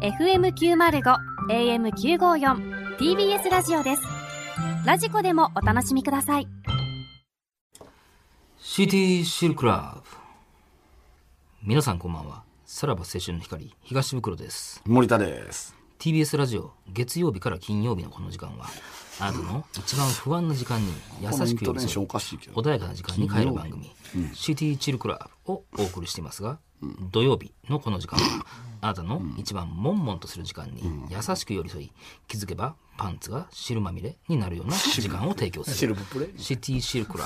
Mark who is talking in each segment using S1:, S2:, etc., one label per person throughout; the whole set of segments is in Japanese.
S1: FM905 AM954 TBS ラジオですラジコでもお楽しみください
S2: シティシルクラブ皆さんこんばんはさらば青春の光東袋です
S3: 森田です。
S2: TBS ラジオ月曜日から金曜日のこの時間はあなたの一番不安な時間に優
S3: このイ
S2: し
S3: ン
S2: く
S3: ト
S2: 寄
S3: ネ
S2: り
S3: ーシ
S2: 添
S3: ョンお
S2: う
S3: かしいけど。
S2: 穏やかな時間に変える番組「シティチルクラブ」をお送りしていますが、土曜日のこの時間はあなたの一番悶々とする時間に優しく寄り添い気づけばパンツが汁まみれになるような時間を提供す
S3: シル
S2: る
S3: ブプレイ
S2: シティシルクラ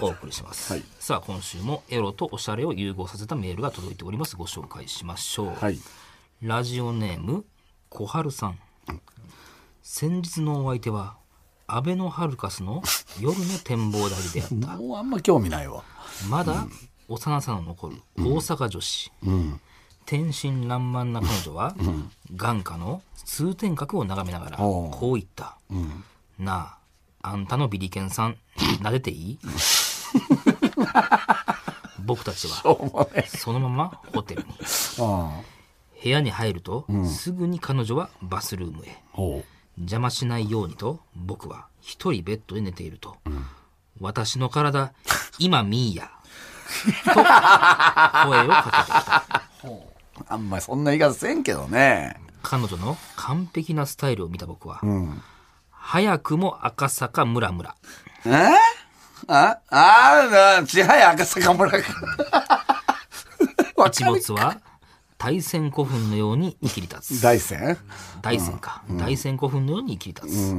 S2: ブをお送りします、
S3: はい
S2: さあ今週もエロとおしゃれを融合させたメールが届いておりますご紹介しましょう、
S3: はい。
S2: ラジオネーム小春さん先日のお相手は安倍のハルカスの夜の展望台であった
S3: もうあんま興味ないわ。
S2: まだ幼さの残る大阪女子、天真爛漫な彼女は、眼下の通天閣を眺めながら
S3: おう
S2: こう言った、なああんたのビリケンさん撫でていい僕たちはそのままホテルに
S3: あ
S2: 部屋に入ると、すぐに彼女はバスルームへ
S3: あ。ほ
S2: 邪魔しないようにと僕は一人ベッドで寝ていると、私の 体今ミー やと声をかけてきた
S3: う。あんまりそんな言い方せんけどね。
S2: 彼女の完璧なスタイルを見た僕は、
S3: ん
S2: 早くも赤坂ムラムラ
S3: えー、あああ、千早赤坂村か。わ
S2: 日
S3: かる
S2: 没は大山古墳のように切り立つ
S3: 大戦
S2: 大山か、大山古墳のように切り立つ、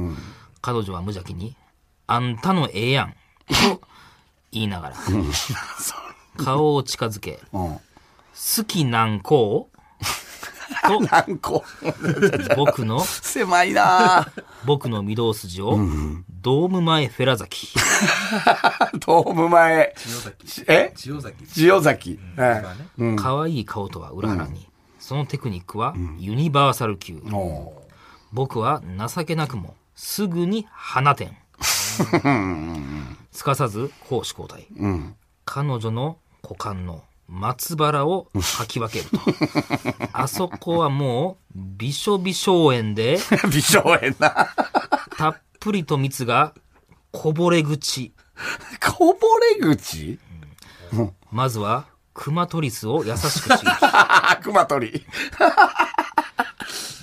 S2: 彼女は無邪気に「あんたのええやん」と言いながら 顔を近づけ
S3: うん。
S2: 「好きなんこう?」と
S3: 何個
S2: 僕の、
S3: 狭いな
S2: 僕の御堂筋を、ドーム前フェラ崎、
S3: ドーム前。え
S4: 千代崎
S3: 千代崎。は
S2: 可愛い顔とは裏腹に、そのテクニックはユニバーサル級。
S3: い。も
S2: 僕は情けなくも、すぐに放てん。すかさず攻守交代。
S3: う。うん。
S2: 彼女の股間の松原をかき分けると。あそこはもう、びしょびしょ炎で、
S3: 美少年な。
S2: たっぷりと蜜がこぼれ口。
S3: こぼれ口
S2: まずは、熊トリスを優しくちぎる。
S3: 悪魔取り。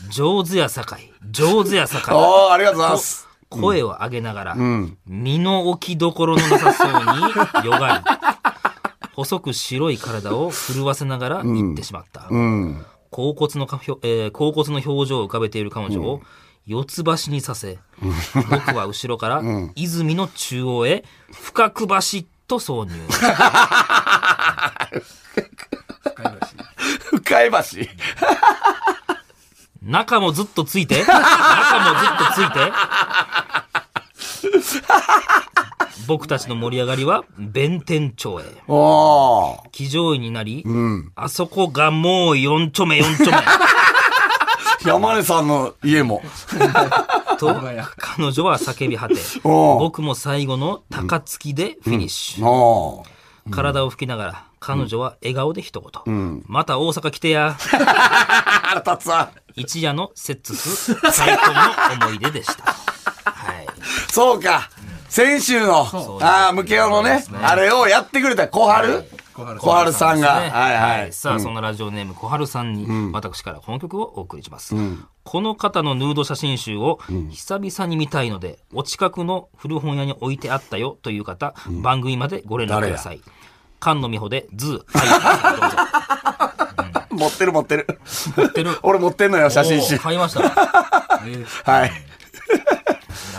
S2: 上手やさかい、上手やさかい。
S3: おー、ありがとうございます。
S2: 声を上げながら、身の置きどころのなさそうによがり、細く白い体を震わせながら言ってしまった。
S3: うん。
S2: 甲骨のかひょ、えー甲骨の表情を浮かべている彼女を四つ橋にさせ、僕は後ろから泉の中央へ深く橋と挿入。
S4: 深いらしい
S3: 深い橋。
S2: 中もずっとついて中もずっとついて僕たちの盛り上がりは弁天町へ
S3: おー。
S2: 騎乗位になり、あそこがもう四丁目四丁目
S3: 山根さんの家も。
S2: と彼女は叫び果て
S3: おう
S2: 僕も最後の高突きでフィニッシュ、
S3: おー。
S2: 体を拭きながら彼女は笑顔で一言、また大阪来てや
S3: 腹立つわ。
S2: 一夜のセッツス最高の思い出でしたはい
S3: そうか。先週の、ああ、ムケオのね、あれをやってくれた小春
S4: 小春さん
S3: 小春さんが。
S2: ね
S3: はいはい。
S2: さあ、そんなラジオネーム小春さんに、私からこの曲をお送りします、この方のヌード写真集を久々に見たいので、お近くの古本屋に置いてあったよという方、番組までご連絡ください菅野美穂でズーはい
S3: 持ってる持ってる。
S2: どうぞ持ってる
S3: 俺持ってんのよ、写真
S2: お
S3: 集
S2: ー。買いま した
S3: はい。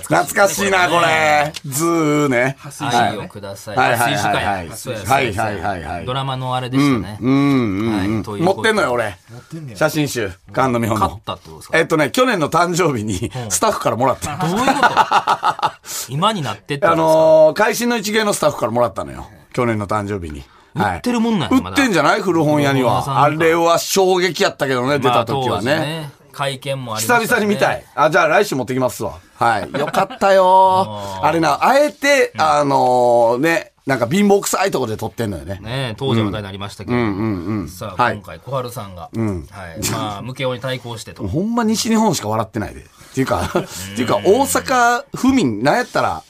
S3: 懐かしいな、これ。ずーね。
S2: 愛をください。
S3: はいはい
S2: 水
S3: はいはい
S2: そうや
S3: はいはいはいはい
S2: ドラマのあれでしたね。
S3: うんうんうん。
S2: はいというこ
S3: 持
S2: と
S3: ってんのよ、俺。
S4: 持ってんねや
S3: 写真集。菅野美穂
S2: 勝っ
S3: の。
S2: たってことですか
S3: えっとね、去年の誕生日にスタッフからも らった。
S2: どういうこと今になってってことですか
S3: あのー、会心の一芸のスタッフからもらったのよ。去年の誕生日に。
S2: 売ってるもんなんや
S3: 売ってんじゃない古本屋に
S2: 古本屋さん
S3: は。あ
S2: なんか
S3: れは衝撃やったけどね、出
S2: まあ
S3: た時は
S2: 当時
S3: ね。
S2: 会見もありま
S3: 久
S2: したね
S3: 々に見たい。あ、じゃあ来週持って きますわ。はい。よかったよー。あれな、あえて、あのーね、なんか貧乏臭いところで撮ってんのよね。
S2: ねえ、当時は話題になりましたけど、
S3: うんうんうん。
S2: さあ、
S3: はい
S2: 今回小春さんが、はいま あ、無形に対抗してと、
S3: ほんま西日本しか笑ってないで。っていうか、っていうか大阪府民、なんやったら、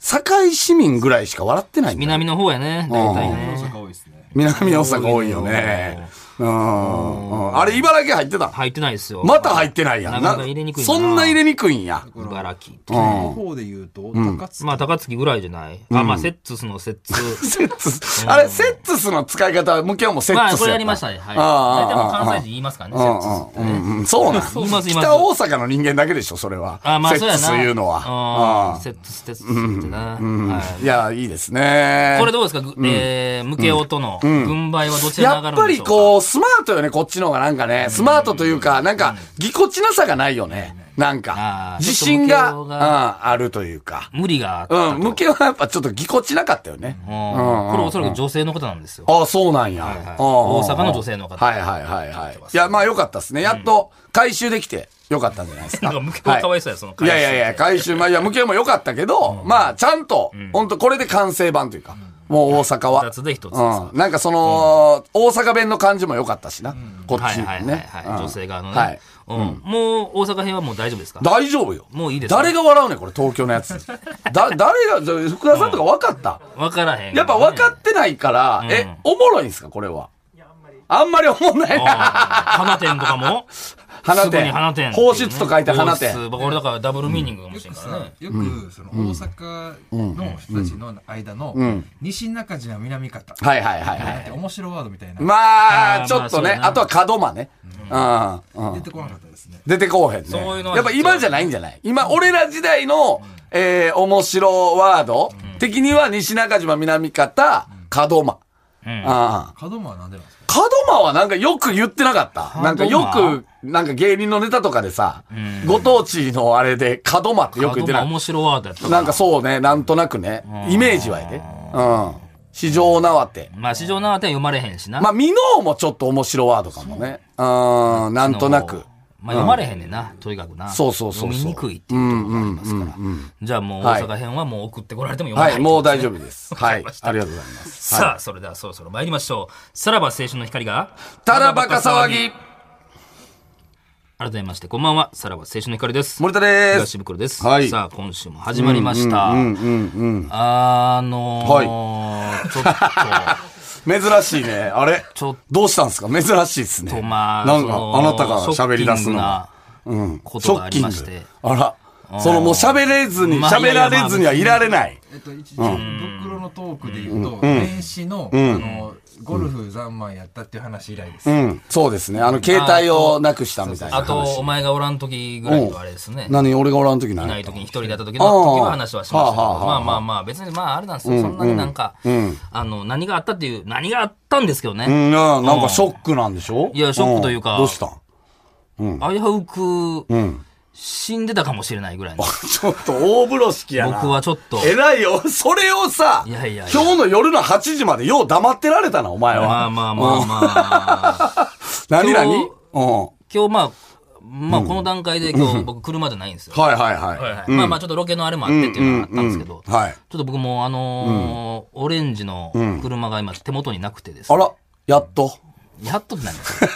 S3: 堺市民ぐらいしか笑ってないんだよ
S2: 南の方やね大体ね
S4: 多いですね。
S3: 南大阪多いよね。うんうん。あれ茨城入ってた
S2: 入ってないですよ
S3: また入ってないやん。
S2: なかなか入れにくい
S3: そんな入れにくいんや。
S2: 茨城って
S4: 方で言うと、高津
S2: まあ高槻ぐらいじゃない、あまあセッツスのセッツ
S3: セッツス。あれ、セッツスの使い方は、もう今日もセッツスやっ
S2: ま
S3: た。
S2: あこれやりましたねはい
S3: ああ
S2: 大体もう
S3: ああ
S2: 関西人言いますからねセ
S3: うん
S2: ッツスって
S3: うんうんうんそうなん。
S2: 言います言います
S3: 北大阪の人間だけでしょ、それは。
S2: あまあ
S3: セ
S2: そう
S3: ッ
S2: や
S3: ツ
S2: な
S3: スいうの
S2: う
S3: は
S2: ん。セッツスセッツスってな、はい
S3: うんいや、いいですね。
S2: これどうですか、ぐえー、ムケオとの軍配はどちらに
S3: や
S2: 上が
S3: っ
S2: る
S3: ぱ
S2: んで
S3: り
S2: しょうか、
S3: こう、スマートよね、こっちの方がなんかね。スマートというか、なんか、ぎこちなさがないよね。なん
S2: あ
S3: か
S2: あ、
S3: 自信が、
S2: ちょっと向
S3: うん
S2: けようが
S3: あるというか。
S2: 無理があったと、
S3: うん、向けはやっぱちょっとぎこちなかったよね。
S2: うんこれおそらく女性のことなんですよ。
S3: ああ、そうなんや。
S2: い
S3: ああ
S2: 大阪の女性の方
S3: はいはいはいはい。いや、まあよかったですね。やっと回収できてよかったんじゃないで す
S2: な
S3: か。
S2: んか向こうかわ
S3: はい
S2: そうや、その
S3: いやいやいや、回収、まあいや、向けもよかったけど、まあちゃんと、ほんとこれで完成版というか、もう大阪は。
S2: 雑で一つですわ
S3: うん。なんかその、大阪弁の感じも良かったしな。こっ
S2: はい
S3: ち
S2: はいはい
S3: ね。
S2: はい、
S3: うん
S2: 女性側のね、
S3: はい
S2: うんもう大阪編はもう大丈夫ですか
S3: 大丈夫よ。
S2: もういいです
S3: 誰が笑うねんこれ、東京のやつ。だ、誰が、福田さんとか分かった
S2: 分からへん、
S3: やっぱ分かってないから、
S2: ん
S3: え、おもろいんですかこれは。あんまりおもんない。
S2: うん花店とかも
S3: 花
S2: すぐに
S3: 店。
S2: 花店
S3: 放出と書いて花
S2: 放出
S3: 店。
S2: これだからダブルミーニングかもしれんからね、
S4: よくその大阪の人たちの間の西中島南方っ
S3: はいはいはいはい。
S4: て面白ワードみたいな
S3: ま
S2: あ
S3: あ、
S2: ー
S3: ちょっとね。
S2: まあそうやな
S3: あとは角間ね。うん。うん
S4: 出てこなかったですね。
S3: 出てこうへんね。
S2: そういうのは
S3: やっぱ今じゃないんじゃない今、俺ら時代の、えー、面白ワード的には西中島南方、角間。
S2: うん
S3: ああ。
S4: 門間は何でなんですか
S3: 角間はなんかよく言ってなかった。なんかよく、なんか芸人のネタとかでさ、ご当地のあれで角間ってよく言ってな
S2: あ
S3: か
S2: と
S3: っ
S2: まあ面
S3: た
S2: 白ワードやった
S3: なんかそうね、なんとなくね、イメージはやで。うん。市場縄手。
S2: まあ市場縄店は読まれへんしな、
S3: まあ、ミノーもちょっと面白ワードかもね。うん、なんとなく。
S2: まあ読まれへんねんな、とにかくな
S3: そうそうそうそう
S2: 読みにくいっていうところがありますから、じゃあもう大阪編はもう送ってこられても読ま
S3: は
S2: ない、
S3: い、もう大丈夫です。
S2: わか
S3: はい
S2: りまし、た
S3: ありがとうございます。
S2: さあそれではそろそろ参りましょうさらば青春の光が
S3: ただバカ騒ぎ、
S2: 改めましてこんばんはさらば青春の光です
S3: 森田で
S2: 東
S3: す。
S2: 袋です、
S3: はい
S2: さあ今週も始まりました、あのーちょっ
S3: 珍しいね。あれ
S2: ちょっ
S3: どうしたんですか珍しいですね。
S2: とまあ
S3: なんか、
S2: その
S3: あなたが喋り出すのが。
S2: ショッキングなこ
S3: シ
S2: と
S3: ョ
S2: があ
S3: ッ
S2: り
S3: キン
S2: まして
S3: グ。あら。そのもう喋れずに、
S2: まあ
S3: 喋られずにはいられない。
S4: えっと、一時、袋のトークで言うと、年始の、あの、ゴルフ三昧やったっていう話以来です。
S3: うん。そうですね。あの、携帯をなくしたみたいな
S2: あと
S3: 話。
S2: お前がおらん時ぐらいのあれですね
S3: 何俺がおらん時ない
S2: ない時に一人だった時の
S3: あー
S2: 時は話はしましたけど
S3: はあはあ
S2: ま
S3: は
S2: あ
S3: あ
S2: まあまあ別にまああれなんですよ、そんなになんか、あの何があったっていう何があったんですけどね、
S3: うん、ななんかショックなんでしょ
S2: いやショックというか
S3: んどうしたん
S2: 危うく、死んでたかもしれないぐらいの
S3: ちょっと大風呂敷やな。
S2: 僕はちょっと
S3: えらいよ。それをさ、
S2: いやいやいや
S3: 今日の夜の8時までよう黙ってられたな、お前は。
S2: まあまあまあまあ
S3: 何々
S2: 今日
S3: うん。
S2: 今日まあ、まあこの段階で今日僕車じゃないんですよ。
S3: はいはい
S2: はいは
S3: はい
S2: まあまあちょっとロケのあれもあってっていうのがあったんですけど、
S3: うんうんうんはい
S2: ちょっと僕もうあのーオレンジの車が今手元になくてです
S3: い。あ
S2: ね、
S3: ら、やっと。
S2: やっとってなんですよ。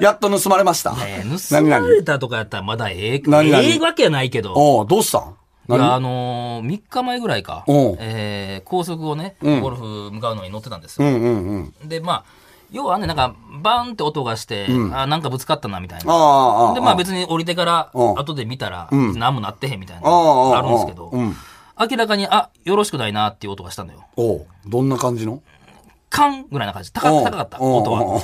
S3: やっと盗まれました。
S2: えー盗
S3: 何
S2: ま
S3: 々
S2: れたとかやったらまだええ、
S3: 何々
S2: ええわけはないけど、
S3: おうどうしたん
S2: いやあ
S3: 何
S2: のー、3日前ぐらいか、
S3: おう
S2: えー高速をね、ゴルフ向かうのに乗ってたんですよ。
S3: うんうんうん。
S2: で、まあ、要はね、なんか、バーンって音がして、あ、なんかぶつかったなみたいな。
S3: ああ、ああ。
S2: で、まあ別に降りてから、
S3: うん
S2: 後で見たら、何もなってへんみたいな、
S3: ああ
S2: あるんですけど、
S3: うん
S2: 明らかに、あ、よろしくないなっていう音がしたのよ。
S3: おうどんな感じの
S2: カンぐらいな感じ。高
S3: う
S2: か
S3: ん
S2: 高かった、音
S3: うんうん
S2: は。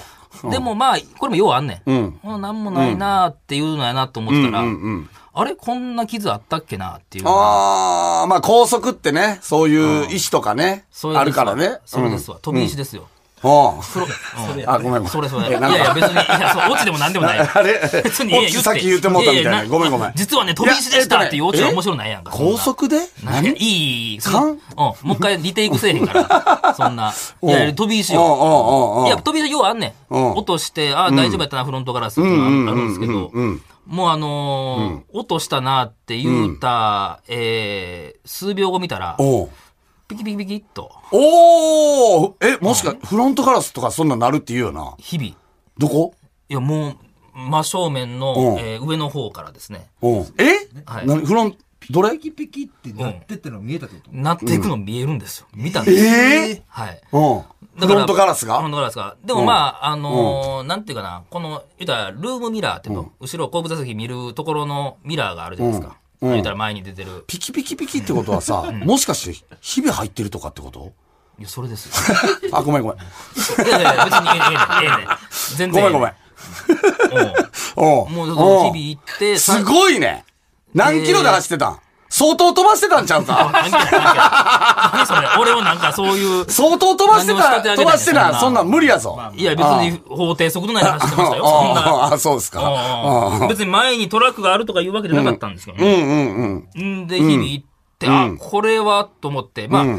S2: でもまあ、これもようあんねん。
S3: うん
S2: もう何もないなっていうのやなと思ってたら、
S3: うんうん。
S2: あれこんな傷あったっけなっていうのが。
S3: ああ、まあ高速ってね、そういう意思とかね、
S2: それですわ
S3: あるからね。
S2: それですわ。飛び石ですよ。
S3: おう
S2: それ、それ
S3: あ、ごめんごめん。
S2: それそれ。い
S3: え
S2: や
S3: なん
S2: いや、
S3: か
S2: 別に、いや、そう、落ちでも何でもない。
S3: あれ
S2: 別に、いや
S3: 落ち先言ってもうたみたいなごめんごめん
S2: 実はね、飛び石でしたっていうオチは面白ないやんか。そんな
S3: 高速で
S2: なん
S3: 何
S2: やいいいい、そ
S3: 勘
S2: のうん、もう一回リテイクせえへん から、そんな。い
S3: おう
S2: や、飛び石
S3: おう
S2: よ。
S3: おうおうおう
S2: いや、飛び石ようあんねん。
S3: うん
S2: 落として、ああ、大丈夫やったな、フロントガラスっていうのはあるんですけど
S3: うんうんうんうん、
S2: もうあのー、落としたなって言うた、えー数秒後見たら、
S3: おう
S2: ピキピキピキっと、
S3: おおえ、もしか、フロントガラスとかそんなんなるって言うよな。
S2: 日々、い
S3: どこ
S2: や、もう、真正面
S3: うん
S2: の、えー上の方からですね、
S3: うん。え、
S2: はい
S3: なフロン、どれ
S4: ピキピキってなってってのが見えたってこと、
S2: なっていくの見えるんですよ。見たんです。
S3: え
S2: はい。
S3: ー、うん。
S2: だか
S3: フ
S2: ら
S3: ロントガラス
S2: フロ
S3: が
S2: ントガラスが。でもまあ、あのーなんていうかな、この、言うたら、ルームミラーっていうの、後ろ後部座席見るところのミラーがあるじゃないですか。
S3: うんうん
S2: 言うたら前に出てる。
S3: ピキピキピキってこと はさ、もしかして、日々入ってるとかってこと
S2: いや、それですよ。
S3: あ、ごめんごめん。
S2: いやいやいや別にええねんええねん全
S3: ご
S2: 然ええね。
S3: めんごめん。
S2: う
S3: お
S2: ん。もう、だから日々
S3: ん
S2: 行って、
S3: す
S2: い
S3: ごいね。何キロで走ってたん相当飛ばしてたんちゃう か
S2: 何何それ俺をなんかそういう、
S3: 相当飛ばして
S2: 何を仕
S3: た、
S2: 立て上げたんや
S3: 飛ばしてた、そ
S2: そ
S3: ん
S2: ん
S3: な
S2: なん
S3: 無理やぞ。
S2: いや別に法定速度内で走ってましたよ。そんな
S3: ああ、そうですか。
S2: うん別に前にトラックがあるとかいうわけじゃなかったんですけど
S3: うん
S2: ね。
S3: うんうん。
S2: んで、日々行って、あ、これはと思って、まあ、言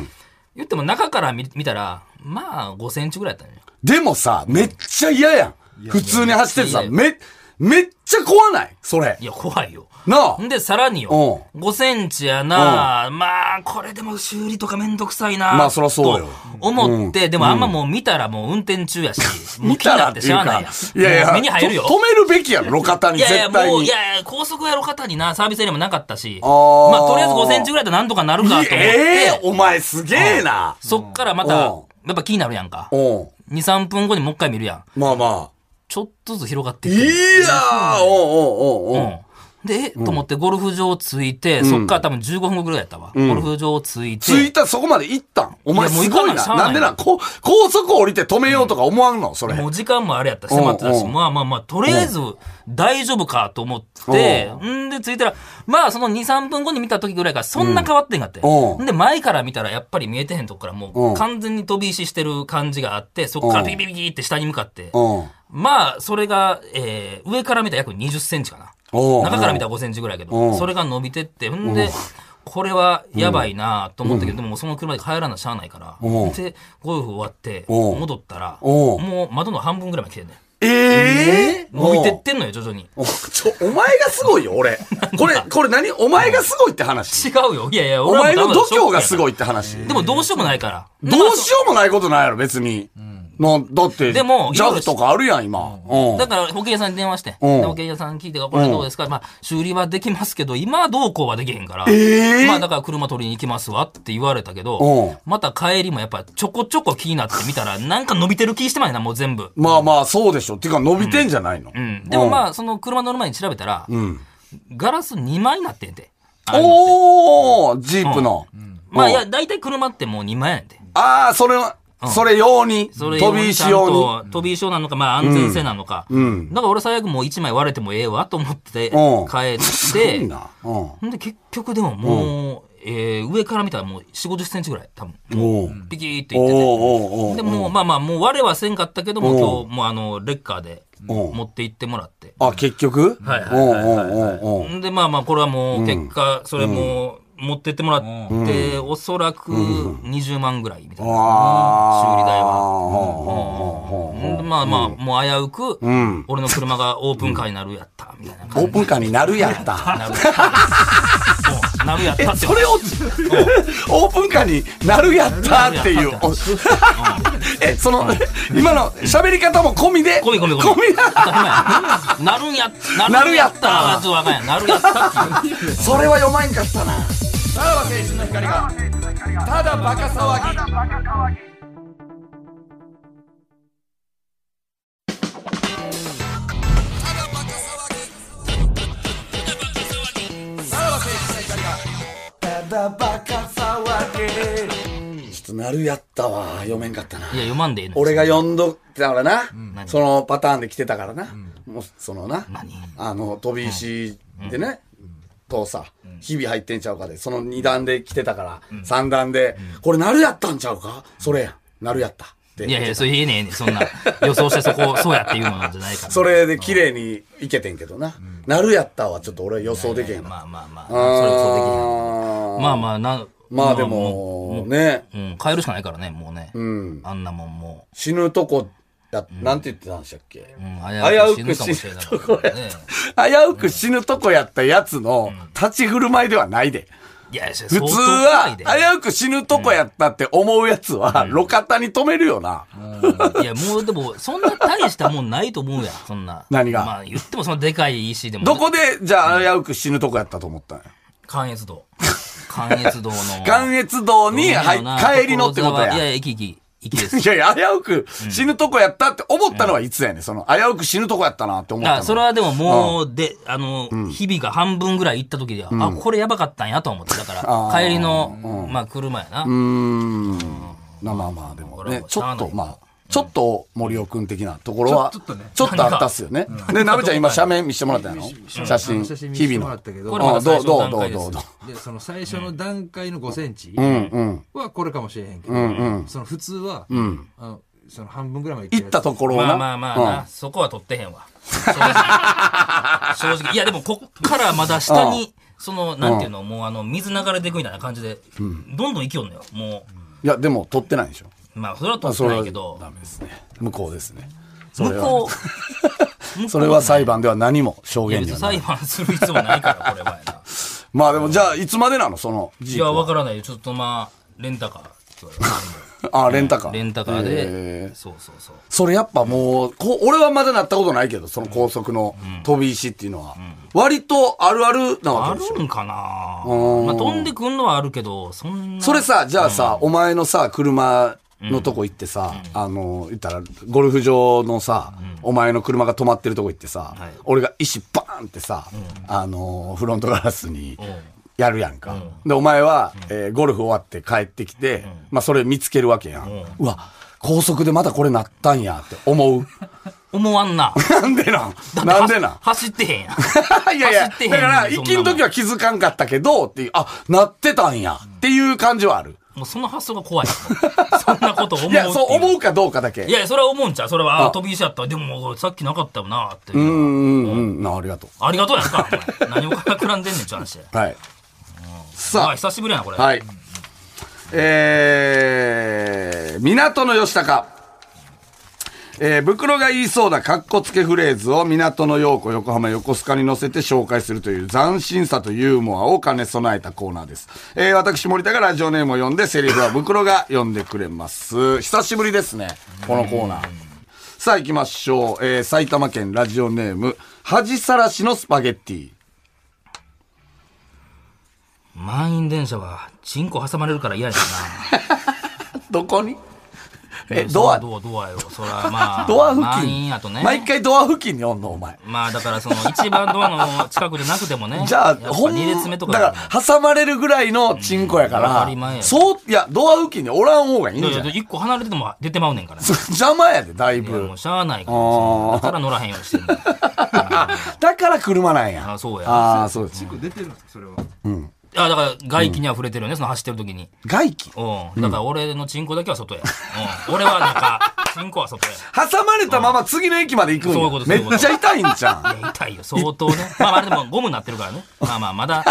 S2: っても中から見見たら、まあ5センチぐらいだったね。
S3: でもさ、めっちゃ嫌やん。普通に走っててさ、
S2: いや
S3: め、めっちゃ怖ないそれ
S2: い。や、怖いよ。
S3: なあ。
S2: んで、さらによ、5センチやな、まあ、これでも修理とかめんどくさいな、
S3: まあそらそうよ
S2: と思って、でもあんまもう見たらもう運転中やし、もう
S3: 見
S2: 気にな
S3: たらっ
S2: ってて
S3: いう
S2: しゃあな
S3: か
S2: いやん。、
S3: いやいや、
S2: もう目に入るよ
S3: と。止めるべきやろ、路肩に
S2: いやいや、
S3: 絶対
S2: もう、
S3: に。
S2: いやいや、高速やろ方にな、サービスエリアもなかったし、
S3: あ
S2: ま
S3: ー
S2: あ、とりあえず5センチぐらいだったらなんとかなるかと思って、
S3: ええ、お前すげえな。
S2: そっからまた、
S3: うん
S2: やっぱ気になるやんか。
S3: うん。
S2: 2、3分後にもう一回見るやん。
S3: まあまあ。
S2: ちょっとずつ広がって
S3: い
S2: いって。
S3: やー、おうおうおうおう。
S2: うん。で、えと思ってゴルフ場着いて、そっから多分15分後ぐらいやったわ。ゴルフ場着いて。
S3: 着いたそこまで行ったんお前
S2: いやもう
S3: す
S2: 行か
S3: ご
S2: ない
S3: いな。
S2: しゃあない
S3: なんでなんこ高速降りて止めようとか思わんのそれ。
S2: もう時間もあれやったし、迫ってた
S3: う
S2: し、
S3: んうん
S2: まあまあまあ、とりあえず大丈夫かと思って、んで着いたら、まあその2、3分後に見た時ぐらいからそんな変わってんかって。
S3: うん
S2: んで前から見たらやっぱり見えてへんとこからも
S3: うん
S2: う完全に飛び石してる感じがあって、そっか
S3: うん
S2: らピキピキピキって下に向かって。
S3: うん。
S2: まあ、それが、えー、上から見たら約20センチかな。
S3: おう
S2: 中から見たら5センチぐらいやけ
S3: うん
S2: ど、それが伸びてって、んで、これはやばいなと思ったけど、でももうその車で帰らなしゃあないから
S3: うん、
S2: で、ゴルフ終わって、
S3: うん
S2: 戻ったら、
S3: うん
S2: もう窓の半分ぐらいまで来てんねん
S3: ええ
S2: 伸びてってんのよ、徐々に。
S3: おちょ、お前がすごいよ、 俺。これ、これ何お前がすごいって話。
S2: 違うよ。いやいや、
S3: お
S2: 俺は
S3: 前の
S2: もう
S3: 度
S2: ダメだ
S3: 胸が
S2: ショッ
S3: すご
S2: クや
S3: いって話。
S2: からでもどうしようもないから。
S3: どうしようもないことないやろ、別に。なんだって、
S2: でも
S3: ジャブとかあるやん、今。うん。
S2: だから保険屋さんに電話して、
S3: うん
S2: で保険屋さんに聞いて、これどうですか、まあ、修理はできますけど、今はどうこうはできへんから、
S3: ええ
S2: まあだから車取りに行きますわって言われたけど、
S3: うん
S2: また帰りもやっぱちょこちょこ気になってみたら、なんか伸びてる気してまいな、もう全部。
S3: まあまあ、そうでしょ。っていうか、伸びてんじゃないの
S2: うん。でもま
S3: あ、
S2: あ、その車乗る前に調べたら、
S3: うん。
S2: ガラス2枚になってんて。あれのって
S3: おージープの。
S2: まあい
S3: お
S2: や、だいたい車ってもう2枚やねんて。
S3: ああ、それは、それ用に、
S2: それ
S3: 飛び石用に。
S2: ちゃんと飛び石用なのか、まあ安全性なのか。
S3: うん。
S2: だから俺最悪もう1枚割れてもええわと思って帰
S3: うん
S2: っ
S3: いい
S2: て、
S3: な。うん。お
S2: ほんで結局でももう、えー上から見たらもう4、50センチぐらい、多分。
S3: おー
S2: ピキーっていってて。
S3: おーおーおー
S2: でもう、まあまあ、もう我はせんかったけども、
S3: おう
S2: 今日、もうあの、レッカーで
S3: おう
S2: 持って行ってもらって。
S3: あ、結局
S2: はいはい
S3: お
S2: はいは
S3: ーおーおーおー
S2: んで、まあまあ、これはもう、結果、それも、持ってってもらって、おそらく20万ぐらいみたいな。
S3: あー
S2: 修理代
S3: は
S2: は。んでまあまあ、もう危うく
S3: ん、
S2: 俺の車がオープンカーになるやった、みたいな
S3: オ
S2: 感
S3: ープンカーになるやった。
S2: じ。そうなるやっ
S3: え
S2: た、って。
S3: それを、オープンカーになるやったっていう。お え、その、今の喋り方も込みで。
S2: 込み込み込み
S3: 込みだ。
S2: 当たり前やなるんや、なるんやったはちょっとわかんや。なるやったっていう。
S3: それは読まんかったな。さらば青春の光が、ただバカ騒ぎ。ちょっとなるやったわ。読めんかったな。
S2: いや、読まんでええのよ
S3: 俺が読んどったからな、
S2: 何
S3: そのパターンで来てたからな、もうそのな、
S2: 何
S3: あの飛び石でね、とさ、日々入ってんちゃうかで、その2段で来てたから、三3段で、これなるやったんちゃうかそれやん、なるやったって。
S2: いやいや、それええねんええねんそんな、予想してそこ、そうやっていうのじゃないから。
S3: それで綺麗にいけてんけどな、なるやったはちょっと俺予想できへんな。
S2: まあまあまあ、そ
S3: あー
S2: れはそうできへん。まあまあ、な、
S3: まあで
S2: も
S3: も、ね、
S2: う、うん、変えるしかないからね、もうね。
S3: うん、
S2: あんなもんも
S3: 死ぬとこや、なんて言ってたんでしたっけ、
S2: う、うん、
S3: 危
S2: 危
S3: う
S2: う
S3: く
S2: く
S3: 死
S2: 死
S3: ぬ
S2: ぬ
S3: か
S2: か
S3: も
S2: も
S3: し
S2: しれな
S3: れな
S2: いい
S3: とこや
S2: ね。
S3: 危うく死ぬとこやったやつの立ち振る舞いではないで。
S2: いや、普
S3: 普通は、危うく死ぬとこやったって思うやつは、路肩に止めるよな。
S2: いや、もうでも、そんな大したもんないと思うやん、そんな。
S3: 何が
S2: まあ、言ってもそのでかい石でも。
S3: どこで、じゃあ、危うく死ぬとこやったと思ったんや。
S2: 関越道。関越道の。
S3: 関越道に、はい、帰りのってこと
S2: いやい
S3: や。
S2: や、
S3: い
S2: 駅、駅、駅です。
S3: やいや、危うく死ぬとこやったって思ったのはいつやねん。その、危うく死ぬとこやったなって思ったの。
S2: あそれはでももう、で、あの、日々が半分ぐらい行った時で、あ、これやばかったんやと思って、だから
S3: あ、ー
S2: 帰りの、まあ、車やな。
S3: うーん。まあまあまあ、でもね、ちょっと、まあ、ちょっと森尾くん的なところは、
S4: ちょちょっとね
S3: ちょっとあったっすよね。で、なべちゃん今、写メ見してもらったんやろ写
S4: あ
S3: 真、
S4: の写真見せ
S3: 日
S4: て
S3: 々
S4: もら
S3: の
S4: っ。たけ
S2: こ
S4: ど
S2: れ、
S3: あ
S2: ま
S3: あ
S2: だ
S3: ど
S2: 最
S3: う
S2: 初
S3: どう
S2: の
S3: ど
S2: 段
S3: う
S2: 階で
S3: どう
S2: す
S3: どう。
S4: でその最初の段階の5センチ
S3: うんうん。
S4: はこれかもしれへんけど、その普通は、あのその半分ぐらいまで
S3: 行ったと
S4: こ
S3: ころを
S2: ま
S3: な。
S2: あまあまあな、そこは取ってへんわ。正直。正直いや、でもこっからまだ下に、その、なんていうの、もうあの、水流れていくみたいな感じで、どんどん勢いんのよ。も
S3: うんいや、でも、撮ってないでしょ。
S2: う、まあ、それは取って
S3: それ
S2: ない
S3: は
S2: けど、
S3: ダメですね。向こうですね。
S2: 向こう、
S3: それは裁
S2: 判。
S3: 判では何も証
S2: いや、
S3: 言
S2: 別
S3: に
S2: に
S3: はな
S2: 裁判す
S3: い。
S2: る必要ないから、これはやな。
S3: まあでも、じゃあ、いつまでなのその、
S2: い
S3: ジー
S2: や、
S3: プ
S2: わ
S3: は。
S2: からないよ。ちょっとまあ、レンタカーって言われた
S3: あ、レンタカー。
S2: レンタカー
S3: へ
S2: で、
S3: ー
S2: そうそうそう。
S3: それやっぱもう、こう俺はまだなったことないけど、その高速の飛び石っていうのは。割とあるあるなわ
S2: あ
S3: けでしょ。
S2: るんかな
S3: うん
S2: まあ、飛んでくんのはあるけど、そんな。
S3: それさ、じゃあさ、お前のさ、車のとこ行ってさ、あの、言ったら、ゴルフ場のさ、お前の車が止まってるとこ行ってさ、
S2: はい
S3: 俺が石バーンってさ、あの、フロントガラスに
S2: ん
S3: やるやんか。で、お前は、えーゴルフ終わって帰ってきて、まあ、それ見つけるわけやん。うわ、高速でまたこれなったんやって思う。
S2: 思わんな。
S3: なんでなん なんでなん
S2: 走ってへんやん。
S3: いやいや、
S2: 走ってへ
S3: だ
S2: んねんそんな
S3: から、行
S2: もん
S3: きん時は気づかんかったけど、っていう、あ、なってたんや、っていう感じはある。
S2: もうその発想が怖い。 そんなこと思うっていう。
S3: いや、そう思うかどうかだけ。
S2: いやいや、それは思うんちゃう。それは、
S3: あ
S2: あ飛び石やったわ。でも、さっきなかったよな、っていうう。
S3: んうんうん、なありがと
S2: ありがとうやんか、お前。何をからくらんでんねん、ちゃんして。
S3: う。はい。
S2: あ、
S3: さ
S2: 久しぶりやな、これ。
S3: あ、はい。えー、港の吉高。えー、袋が言いそうなカッコつけフレーズを港の陽子横浜横須賀に乗せて紹介するという斬新さとユーモアを兼ね備えたコーナーです。えー、私森田がラジオネームを読んでセリフは袋が読んでくれます。久しぶりですね、このコーナー。さあ行きましょう。えー、埼玉県ラジオネーム、恥さらしのスパゲッティ。
S2: 満員電車は、チンコ挟まれるから嫌やな。
S3: どこにえ、
S2: そ
S3: ド
S2: ら
S3: ア、
S2: ドア、ドアよ。そら、まあ。
S3: ドア付
S2: 満員
S3: 近
S2: やとね。
S3: 毎回ドア付近におんの、お前。
S2: まあだからその一番ドアの近くでなくてもね。
S3: じゃあ、
S2: ほ
S3: ほん、
S2: 2列目
S3: だ
S2: と
S3: か
S2: かだよね
S3: ら、挟まれるぐらいのチンコやか
S2: うん当た
S3: ら
S2: り前、や
S3: そう、いや、ドア付近におらん方がいい
S2: い
S3: ん
S2: やい
S3: じゃ
S2: や、
S3: ない
S2: 一個離れてても出てまうねんから。い
S3: 邪魔やで、だい
S2: や
S3: ぶ
S2: もう。しゃあないか
S3: あー
S2: ら。だから乗らへんようにしてんね ん
S3: だから車なんや。
S2: あそうや
S3: ああ、そうです。
S4: 出てるんですかそれは
S2: あだから外気には触れてるよね、その走ってる時に。
S3: 外気。
S2: うん。だから俺のチンコだけは外や。うん。俺はなんか、チンコは外や。
S3: 挟まれたまま次の駅まで行く
S2: そういうこ
S3: ん
S2: と。
S3: や
S2: そう
S3: め
S2: いうこと
S3: っちゃ痛いんじゃ
S2: いや痛いよ、相当ね。まあまあでもゴムになってるからね。まあまあ、まだ、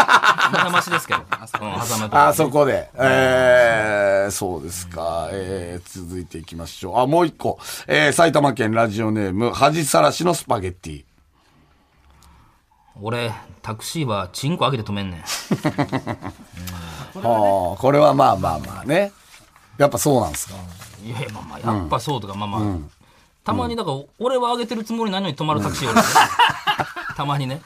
S2: まだましですけど。うん、挟まれて
S3: ん。あそこで。えー、そうですか。えー、続いていきましょう。あ、もう一個。えー、埼玉県ラジオネーム、恥さらしのスパゲッティ。
S2: 俺、タクシーはチンコ開けて止めんねん。
S3: はあ、これはまあまあまあね。やっぱそうなんですか。
S2: いやいや、まあまあ、やっぱそうとか、まあまあ、たまに、だから、俺は上げてるつもりないのに止まるタクシ ーおるねたまにね。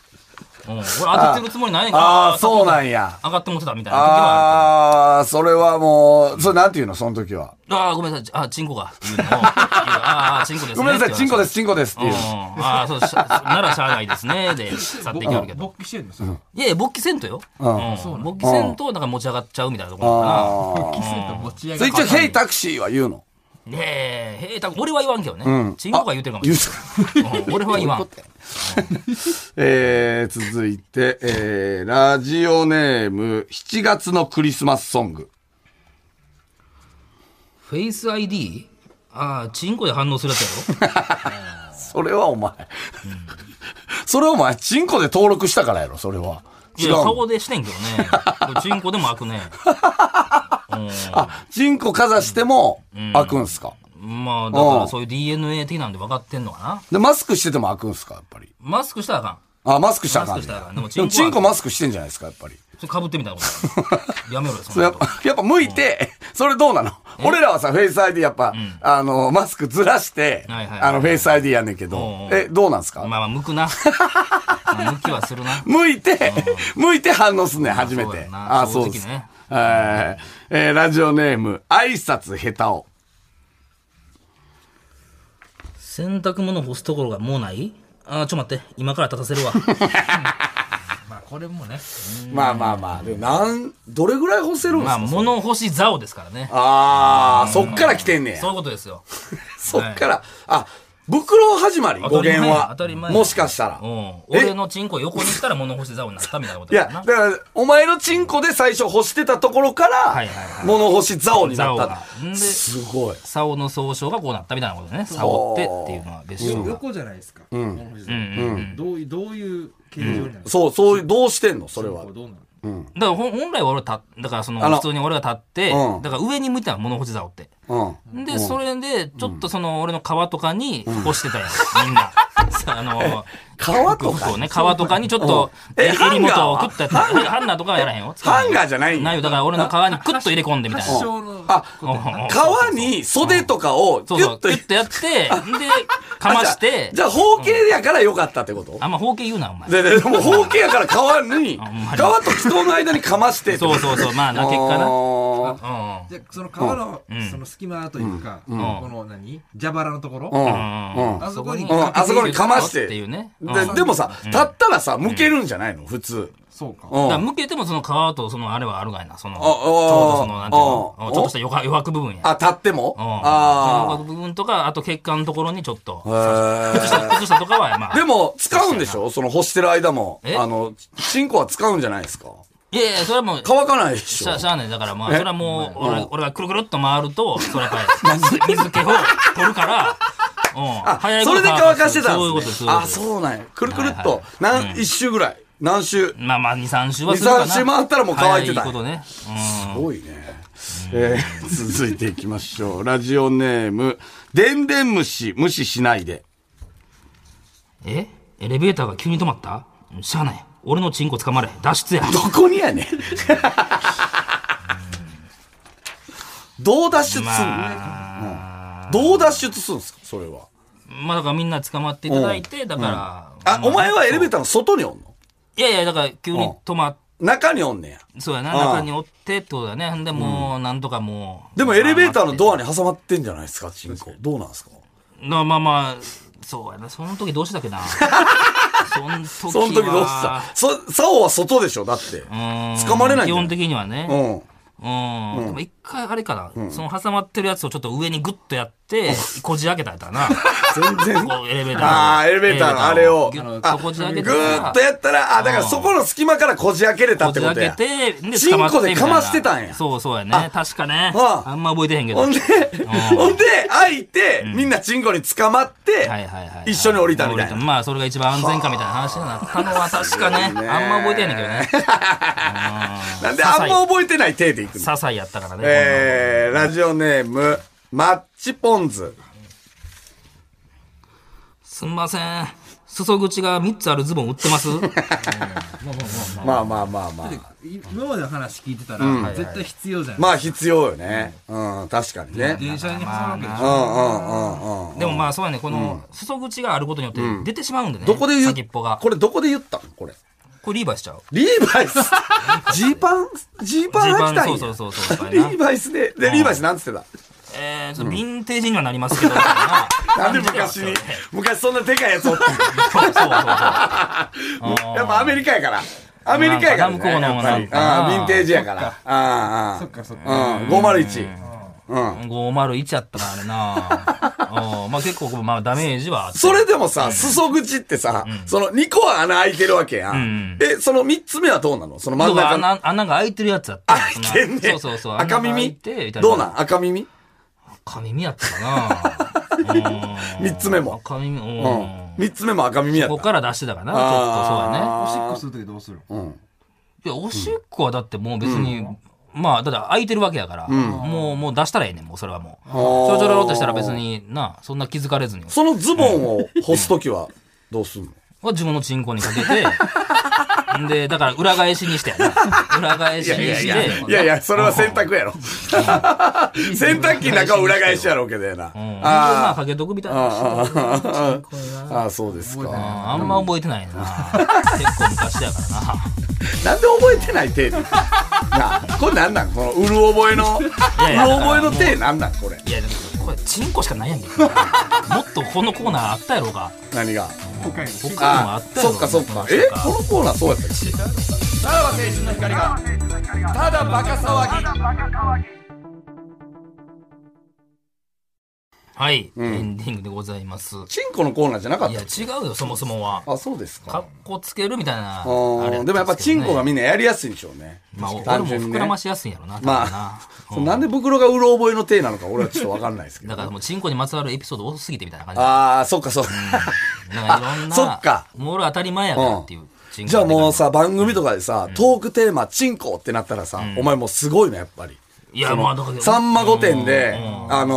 S2: うん、俺上げてるつもりないねん
S3: ああ、
S2: う。
S3: そうなんや。
S2: 上がってもってたみたいな時はある
S3: ああ、それはもう、それなんていうのその時は。
S2: けど。ああ、ごめんなさい。ああ、チンコが。っていうのをいやああ、チンコですね。。
S3: ごめんなさい、チンコですす、チンコですって
S2: うん、
S3: いう。
S2: ああ、そう、しゃならしゃあないですね。で、去っていけるけど。
S4: 勃起してるんですよ
S2: いやいや、勃起せんとよ。うん。勃起せんと、なんか持ち上がっちゃうみたいなところかな。
S3: あ
S4: キスと持ち上
S3: あ。
S4: が
S3: それ一
S4: る
S3: 応、ヘイタクシーは言うの。
S2: ねえ、へえ、た俺は言わんけどね。チンコが言うてるかもしれ
S3: 言う
S2: ない。うん俺は言わん。
S3: えー、続いて、えー、ラジオネーム、7月のクリスマスソング。
S2: フェイス ID? ああ、チンコで反応するやつやろ
S3: それはお前。それはお前、チンコで登録したからやろ、それは。
S2: い
S3: 違う
S2: や、
S3: の。
S2: 顔でしてんけど ね。これチンコでも開くね。
S3: あ、チンコかざしても、開くんすか。
S2: まあ、だからそういう DNA 的なんで分かってんのかな。
S3: で、マスクしてても開くんすか、やっぱり。
S2: マスクしたらあかん。
S3: あ、マスクしたらあかん
S2: マスクしたらあかん
S3: ね
S2: で
S3: や
S2: も
S3: でも、チ
S2: チ
S3: ン
S2: ンコは
S3: コマスクしてんじゃないですか、やっぱり。
S2: それかぶってみたいな ことやめろよ、そ
S3: そ
S2: ん
S3: うや
S2: な
S3: っ
S2: こと。
S3: ぱ、やっ ぱ向いて、それどうなの俺らはさ、フェイス ID やっぱ、あの、マスクずらして、
S2: はいはいはい
S3: あの、フェイス ID やんねんけ
S2: うん
S3: ど
S2: う、ん
S3: え、どうなんすか
S2: まあまあ、向くな。 まあ向きはするな。
S3: 向いて、 向いて反応すんねん、初め
S2: そう
S3: て
S2: や。な
S3: あ、そうで
S2: 正
S3: す
S2: 直ね。
S3: はいえーラジオネーム、挨拶下手を。
S2: 洗濯物干すところがもうないあー、ちょ待って。今から立たせ るわ。
S4: まあこれもね、
S3: まあまあまあ、でもなん、どれぐらい干せるんです
S2: まあ、
S3: か
S2: 物干し竿ですからね。
S3: ああ、そっから来てんねや
S2: そういうことですよ。
S3: そっから、あ、袋始まり語
S2: 当たり前
S3: 源は
S2: 当たり。前
S3: もしかしたら
S2: う。ん。
S3: え
S2: 俺のチンコ横にしたら物干し竿になったみたいなこと
S3: いや、
S2: やか
S3: だ
S2: らな。
S3: から、お前のチンコで最初干してたところか
S2: は
S3: ら
S2: いはいは、い
S3: 物干し竿になっ
S2: 竿
S3: た
S2: が。んで、
S3: すごい。
S2: 竿の総称がこうなったみたいなことね。竿ってっていうのは別称が。
S4: 横じゃないですか。うん。うん。どういうどういう形状になるんですか。
S3: そう、そういう、どうしてんのそれは
S4: こう。どうなる。
S2: だからほん本来は俺はた、だからその
S3: あの
S2: 普通に俺が立って、
S3: うん
S2: だから上に向いたの物干し竿って。
S3: うん。
S2: で、それで、ちょっとその俺の皮とかに干してたやん、みん な。さあの、
S3: 皮とか
S2: 服をね、皮とかにちょっと、
S3: うんえ
S2: え
S3: ハ
S2: 襟
S3: ンガー
S2: 元を
S3: は
S2: くったやつ。ハンガーとかはやらへんよ。
S3: ハンガーじゃないんや
S2: ないよ。だから俺の皮にクッと入れ込んでみたい
S4: 発
S2: な。
S4: 祥の
S3: あ、
S2: うん
S3: 皮に袖とかをギ
S2: そ
S3: ュ
S2: うそ
S3: ッ
S2: う、
S3: と
S2: キュ
S3: 入れ
S2: ッとやって、で、かまして、
S3: じゃあ、じゃあ方形やから良かったってこと
S2: あんま包茎言うな、お前。
S3: で、で、でも方形やから皮に、皮
S2: ほんまに
S3: と気筒の間にかまして。
S2: そうそうそう、まあな、結果な。
S3: あー
S4: じゃあその皮のその隙間というか、この何蛇腹のところ。
S3: うん。うん。
S4: あそこに
S3: うんあそこにかまして
S2: っていうね。うん
S3: ででもさ、立ったらさ、向けるんじゃないの普通。
S4: そうか。
S3: う
S2: だ
S3: ん
S2: から向けてもその皮とそのあれはあるがいな。その、ち
S3: ああ
S2: ょうどその、なんていうの
S3: あ
S2: うんちょっとした余白余白部分や。
S3: あ、立って
S2: う
S3: も
S2: んその
S3: あ
S2: 余白部分とか、あと血管のところにちょっと、
S3: あ。
S2: 靴下靴下とかは、まあ。
S3: で、も、使うんでしょその干してる間も。
S2: え
S3: あの、チンコは使うんじゃないですか
S2: いやいや、それはもう、
S3: 乾かないでし
S2: しゃ
S3: ょ
S2: しゃあない。だからまあ、それはもう、俺俺がくるくるっと回ると、それはやっ ぱり、水水気を取るから、うん。
S3: あ、
S2: 早いこ
S3: そ
S2: と
S3: れで乾かしてたん
S2: そういうこ
S3: で
S2: とです
S3: す
S2: そう
S3: ね。
S2: いうことで
S3: あ、
S2: す
S3: そうなんや。くるくるっ
S2: はい
S3: と
S2: は、
S3: 何、一周ぐらい。何周。
S2: まあまあ、2、3週はするかな。
S3: 2 3週回ったらもう乾いてたんや
S2: 早ことね。うん。
S3: すごいね。えー 続いていきましょう。ラジオネーム、でんでん虫、無視しないで。
S2: えエレベーターが急に止まったしゃあない。俺のチンコ捕まれ。脱出や。
S3: どこにやねん。どう脱出すんの、
S2: まあ、
S3: どう脱出すんですかそれは。
S2: まあだからみんな捕まっていただいて、だから。
S3: あ、お前はエレベ
S2: タ
S3: ー
S2: ー
S3: ターの外におんの
S2: いやいや、だから急に止まっ
S3: 中におんねや。
S2: そうやな、
S3: うん
S2: 中におってってことだね。ほんでもう、なんとかもう。
S3: でもエレベーターのド
S2: ア。
S3: アに挟まってんじゃないですかチンコ。どうなんですか
S2: まあまあまあ、そうやな。その時どうしたっけ な。その時は。
S3: その時どうしたそ、サオは外でしょだって。
S2: うん
S3: 捕まれな
S2: 基
S3: いんじゃない
S2: 本的にはね。
S3: うん。
S2: うん。でも一回あれかな、その挟まってるやつをちょっと上にグッとやって、こじ開けたやったらな。
S3: 全然。
S2: こうエレベーター
S3: ああ、エレベーターのあれを。
S2: ギュッ
S3: あ
S2: とこじ開けて
S3: ぐーっとやったら、あ、だからそこの隙間からこじ開けれた
S2: こ
S3: って
S2: じ
S3: こと
S2: 開
S3: や。
S2: けて、
S3: チンコで
S2: みいな
S3: かましてたんや
S2: そうそうやね
S3: あ。
S2: 確かね。
S3: ああ
S2: あんま覚えてへんけど。
S3: ほんで、
S2: うん
S3: ほんで、開いて、みんなチンコに捕まって
S2: はいはいはい、
S3: 一緒に降りたみたいな。
S2: まあ、それが一番安全かみたいな話になったのは確かね。あんま覚えてへんねんけどね。
S3: なんであんま覚えてない体でいくの
S2: 些細やったからね。
S3: えー、ラジオネーム、マッチポンズ。
S2: すんません。裾口が3つあるズボン売ってます
S4: まあま
S3: ま
S4: あまあまあ。
S3: あまあまあまあ。
S4: 今までの話聞いてたら、絶対必要じゃない。
S3: まあ必要よね。うん、確かにね。
S4: 電車に挟むわけでし
S3: うん
S4: ょ。
S3: うんうんうん。
S2: でもまあ、そうやね。この、裾口があることによって出てしまうんでね。
S3: どこで言
S2: 先っ
S3: っ
S2: ぽが。こ
S3: これどこで言ったのこれ。
S2: れリーバイしちゃう。
S3: リー バイスジーパンジーパン履きたいんや
S2: ジーパンそうそうそうそう
S3: リーバイスで、で、リーバイスなんつってた
S2: えー、ちょっとヴィンテージにはなりますけど。な、
S3: なんで昔に昔そんなでかいやつおった
S2: そうそうそうそう。
S3: やっぱアメリカやから。アメリカやから、
S2: な
S3: ね。
S2: んか向こうのもなんか
S3: やっぱりうんヴィンテージやから。ああ
S4: そっかそっか。
S3: ああ。うん、501。
S2: 501やったな、あれな。うんまあ結構、まあダメージはあって。
S3: それでもさ、裾口ってさ、その2個は穴開いてるわけやん。え、その3つ目はどうなのその真ん中の。
S2: 穴穴が開いてるやつやった。
S3: 開いてんね
S2: そうそうそう。穴
S3: 赤
S2: が開い
S3: 耳
S2: てみたい
S3: どうなん赤耳
S2: 赤耳やったか な。うん
S3: 三つ目も
S2: 赤耳、う。
S3: うんん。3つ目も赤耳や
S2: こ
S3: っ
S2: こ
S3: た。
S2: から出してたかな、ちょっとそうやね。
S4: おしっ
S3: あ
S4: こするときどうするの
S2: いや、おしっこはだってもう別に、まあ、だって空いてるわけやから、もう、もう出したらええねん、もうそれはもう。ちょろちょろっとしたら別にな、そんな気づかれずに。
S3: そのズボンを干すときはどうすんの
S2: は自分のチンコにかけて、 で、だから裏返しにしてやな。裏返しにして、
S3: いやいや、それは洗濯やろ。洗濯機の中を裏返しやろうけどやな。
S2: うんまあかけとくみたいな。
S3: ああああ、そうですか。
S2: あんま覚えてないな。結構昔やからな。
S3: なんで覚えてない手なあこれなんなんこのうる覚えの、うる
S2: やいや
S3: 覚えの手なんなんこれ。
S2: いや、でもこれ、チンコしかないやんけ。 もっとこのコーナーあったやろうが。
S3: 何が。
S4: 他に
S2: 他にもあ
S3: あ
S2: っ、たや
S3: そ
S2: ろ
S3: っかそっか。えこのコーナーそうやったっけさらば青春の光が、ただバカ騒ぎ。
S2: はい、エンディングでございます。い
S3: チンコのコーナーじゃなかっ
S2: や、違うよ、そもそもは。
S3: た。あ、そうですか。
S2: かっこつけるみたいな。あれ
S3: う
S2: た
S3: んでもやっぱチンコが
S2: ん
S3: みんなやりやすいんでしょうね。
S2: な。まあ、俺
S3: 単
S2: も
S3: 純に
S2: 膨
S3: ね
S2: らましやすいんやろな。
S3: ま
S2: ま
S3: あ
S2: あ、、
S3: そうなんで袋がうろ覚えの体なのか俺はちょっとわかんないですけど
S2: だ。からもう、チンコにまつわるエピソード多すぎてみたいな感じ。
S3: ああ、そっかそっか。
S2: なんかいろんな。
S3: あそっか
S2: もう俺当たり前やからっていう。チンコ
S3: じゃあもうさ、番組とかでさ、トークテーマ、チンコってなったらさ、お前もうすごいの、やっぱり。
S2: いや、まあ、だから。
S3: さんま御殿で、
S2: うん
S3: あの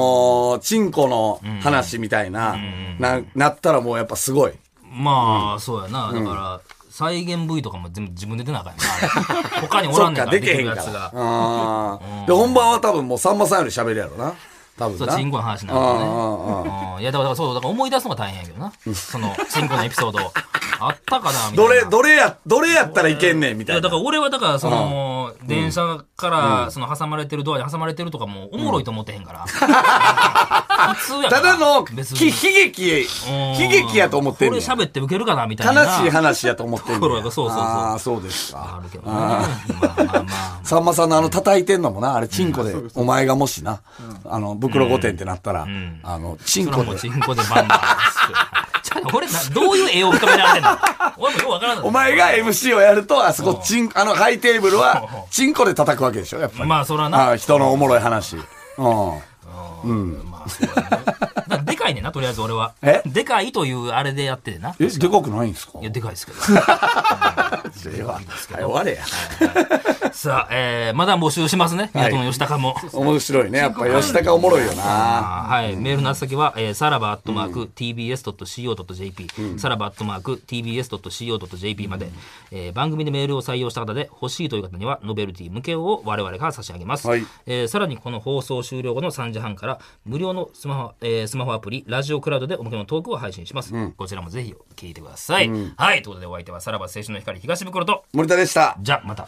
S3: ー、チンコの話みたいな、な、なったらもうやっぱすごい。
S2: まあ、そうやな。だから、再現部位とかも全部自分で出なあかんやな。他におら
S3: そ
S2: んね
S3: っ
S2: ん
S3: か、
S2: から、
S3: で
S2: で
S3: け
S2: き
S3: へ
S2: る
S3: んか
S2: やつ
S3: ら
S2: が。。
S3: あーで、本番は多分もうさんまさんより喋るやろな。多分
S2: そう、
S3: な。
S2: チンコの話なんだ
S3: あ
S2: ね。
S3: ーあーあー
S2: うんいやだからだからそうだから思い出すのが大変やけどなそのチンコのエピソードあったかなみたいな
S3: どれ、どれや、どれやったらいけんねん、み
S2: い
S3: た
S2: や
S3: い
S2: だ
S3: な
S2: か。ら俺はだからその、電車からその挟まれてるドアに挟まれてるとかもおもろいと思ってへんから、普通やか
S3: た
S2: ら
S3: だの、
S2: 別
S3: き
S2: に
S3: 悲劇へ、悲劇やと思ってん
S2: こ
S3: ね
S2: れ
S3: ん。
S2: 喋ってウケるかなみたいな
S3: 悲しい話やと思ってんね
S2: と
S3: ん
S2: ころがそうそうそう
S3: ああ、そうですか
S2: あ。るけどねまあまあまあ
S3: さんまさんのあの叩いてんのもな、あれチンコで、お前がもしな、あの、袋御殿ってなったら、
S2: ん
S3: あの、チン
S2: それは
S3: コ
S2: もうチ
S3: で、
S2: ンコでバンバンちょっと俺などういう絵を浮かべられてんの俺もよくわからん
S3: お前が MC をやると、あそこチン、あのハイテーブルは、チンコで叩くわけでしょ、やっぱり。
S2: まあそらな
S3: ああ人のおもろい話。うん。
S2: まあそうだねだからでかいねんなとりあえず俺は
S3: え
S2: でかいというあれでやっててな
S3: え、でかくないんですか
S2: いや、でかいですけど。
S3: ええわ。はい終われや。
S2: さあ、えー、まだ募集しますね。
S3: はい
S2: 港の吉高も。
S3: 面白いね。やっぱ吉高おもろいよな。
S2: あーはい、メールの宛先は、えー、さらばアットマーク tbs.co.jp、さらばアットマーク tbs.co.jp まで、えー番組でメールを採用した方で欲しいという方にはノベルティ向けを我々が差し上げます、
S3: はい
S2: えーさらにこの放送終了後の3時半から無料のスマホ,、えースマホアプリラジオクラウドでおまけのトークを配信します、こちらもぜひ聞いてください、はいということでお相手はさらば青春の光東袋と
S3: 森田でした。
S2: じゃあまた